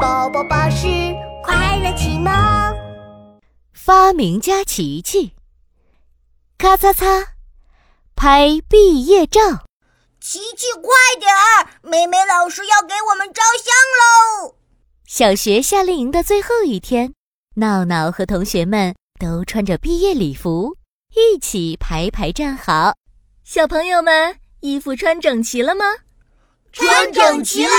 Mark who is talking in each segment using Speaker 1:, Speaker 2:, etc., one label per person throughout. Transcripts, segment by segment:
Speaker 1: 宝宝巴士快乐启蒙，
Speaker 2: 发明家琪琪，咔嚓嚓，拍毕业照。
Speaker 1: 琪琪快点儿，美美老师要给我们照相喽！
Speaker 2: 小学夏令营的最后一天，闹闹和同学们都穿着毕业礼服，一起排排站好。小朋友们，衣服穿整齐了吗？
Speaker 1: 穿整齐了，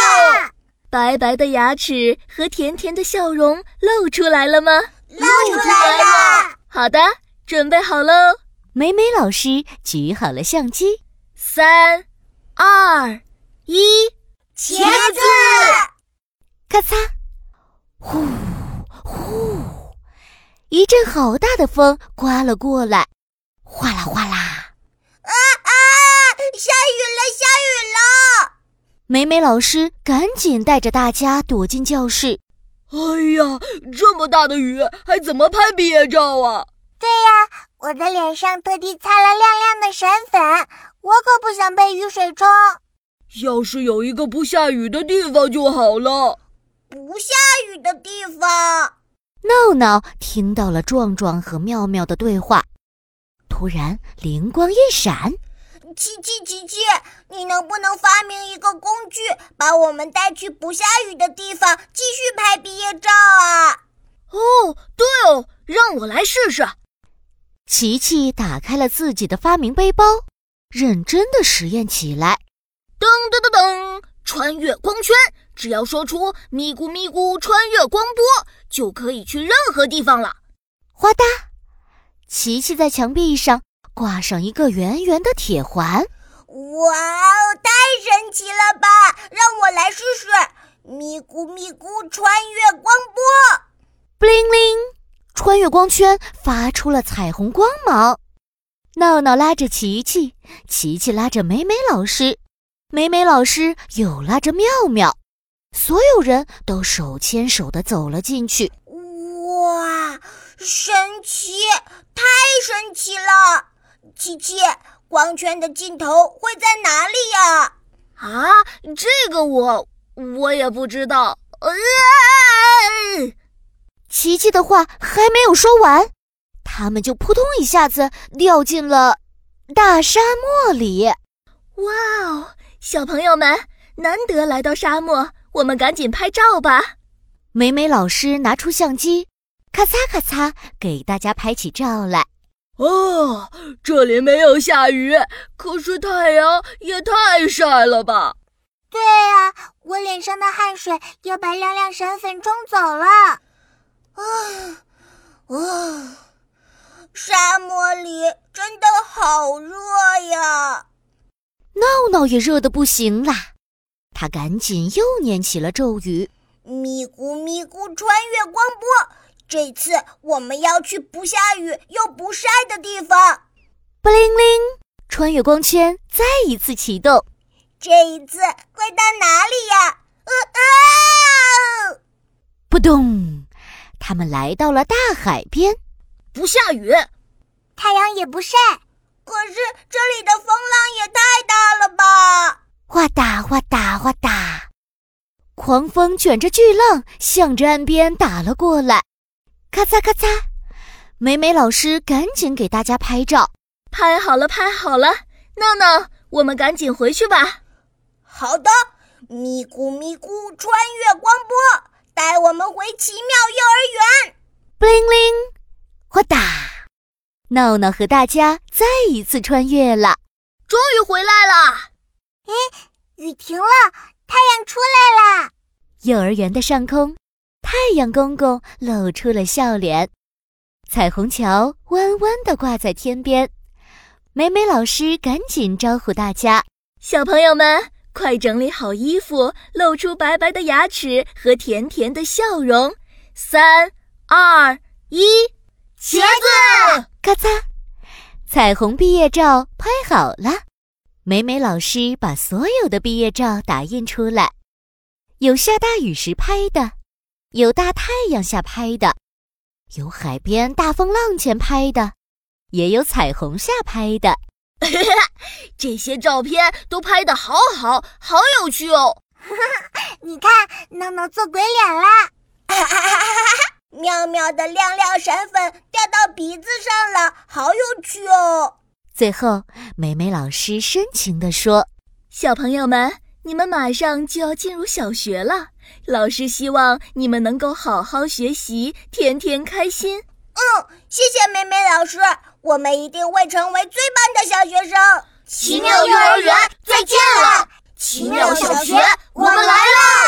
Speaker 2: 白白的牙齿和甜甜的笑容露出来了吗？
Speaker 1: 露出来了。
Speaker 2: 好的，准备好喽！美美老师举好了相机，三、二、一，
Speaker 1: 茄啊子，
Speaker 2: 咔嚓，呼呼，一阵好大的风刮了过来，哗啦哗啦。
Speaker 1: 下雨了，下雨了！
Speaker 2: 美美老师赶紧带着大家躲进教室。
Speaker 3: 哎呀，这么大的雨，还怎么拍毕业照啊？
Speaker 1: 我的脸上特地擦了亮亮的闪粉，我可不想被雨水冲。
Speaker 3: 要是有一个不下雨的地方就好了。
Speaker 1: 不下雨的地方，
Speaker 2: 闹闹听到了壮壮和妙妙的对话，突然灵光一闪，
Speaker 1: 琪琪琪琪，你能不能发明一个工具，把我们带去不下雨的地方，继续拍毕业照啊？
Speaker 3: 哦，对哦，让我来试试。
Speaker 2: 琪琪打开了自己的发明背包，认真的实验起来。
Speaker 3: 噔噔噔噔，穿越光圈，只要说出“咪咕咪咕”穿越光波，就可以去任何地方了。
Speaker 2: 哗嗒，琪琪在墙壁上挂上一个圆圆的铁环。
Speaker 1: 哇哦，太神奇了吧！让我来试试，咪咕咪咕穿越光波。
Speaker 2: 布灵灵，穿越光圈发出了彩虹光芒。闹闹拉着琪琪，琪琪拉着美美老师，美美老师又拉着妙妙，所有人都手牵手的走了进去。
Speaker 1: 哇，神奇，太神奇了！琪琪，光圈的尽头会在哪里呀？
Speaker 3: 啊，这个我我也不知道。呃、
Speaker 2: 琪琪的话还没有说完，他们就扑通一下子掉进了大沙漠里。
Speaker 3: 哇哦，小朋友们，难得来到沙漠，我们赶紧拍照吧！
Speaker 2: 美美老师拿出相机，咔嚓咔嚓给大家拍起照来。
Speaker 3: 哦，这里没有下雨，可是太阳也太晒了吧？
Speaker 1: 对呀、我脸上的汗水要把亮亮闪粉冲走了。啊啊！沙漠里真的好热呀！
Speaker 2: 闹闹也热得不行啦，他赶紧又念起了咒语。
Speaker 1: 咪咕咪咕穿越光波，这次我们要去不下雨又不晒的地方。
Speaker 2: 布灵灵，穿越光圈再一次启动。
Speaker 1: 这一次会到哪里呀？呃呃，
Speaker 2: 扑咚，他们来到了大海边。
Speaker 3: 不下雨，
Speaker 1: 太阳也不晒，可是这里的风浪也太大了吧？
Speaker 2: 哗哒哗哒哗哒，狂风卷着巨浪向着岸边打了过来，咔嚓咔嚓。美美老师赶紧给大家拍照。
Speaker 3: 拍好了，拍好了！闹闹，我们赶紧回去吧。
Speaker 1: 好的，咪咕咪咕穿越光波，带我们回奇妙幼儿园。
Speaker 2: 布灵灵，哗哒，闹闹和大家再一次穿越了。
Speaker 3: 终于回来了。
Speaker 1: 雨停了，太阳出来了。
Speaker 2: 幼儿园的上空，太阳公公露出了笑脸，彩虹桥弯弯的挂在天边。美美老师赶紧招呼大家，
Speaker 3: 小朋友们，快整理好衣服，露出白白的牙齿和甜甜的笑容。三、二、一，茄子！
Speaker 2: 咔嚓，彩虹毕业照拍好了。美美老师把所有的毕业照打印出来，有下大雨时拍的，有大太阳下拍的，有海边大风浪前拍的，也有彩虹下拍 的。
Speaker 3: 这些照片都拍得好好，好有趣哦！
Speaker 4: 你看，闹闹做鬼脸啦！
Speaker 1: 妙妙的亮亮闪粉掉到鼻子上了，好有趣哦！
Speaker 5: 最后，美美老师深情地说
Speaker 2: 小朋友们，你们马上就要进入小学了，老师希望你们能够好好学习，天天开心。
Speaker 1: 谢谢美美老师，我们一定会成为最棒的小学生。
Speaker 4: 奇妙幼儿园，再见了！
Speaker 1: 奇
Speaker 4: 奇妙小学，我们来
Speaker 1: 啦！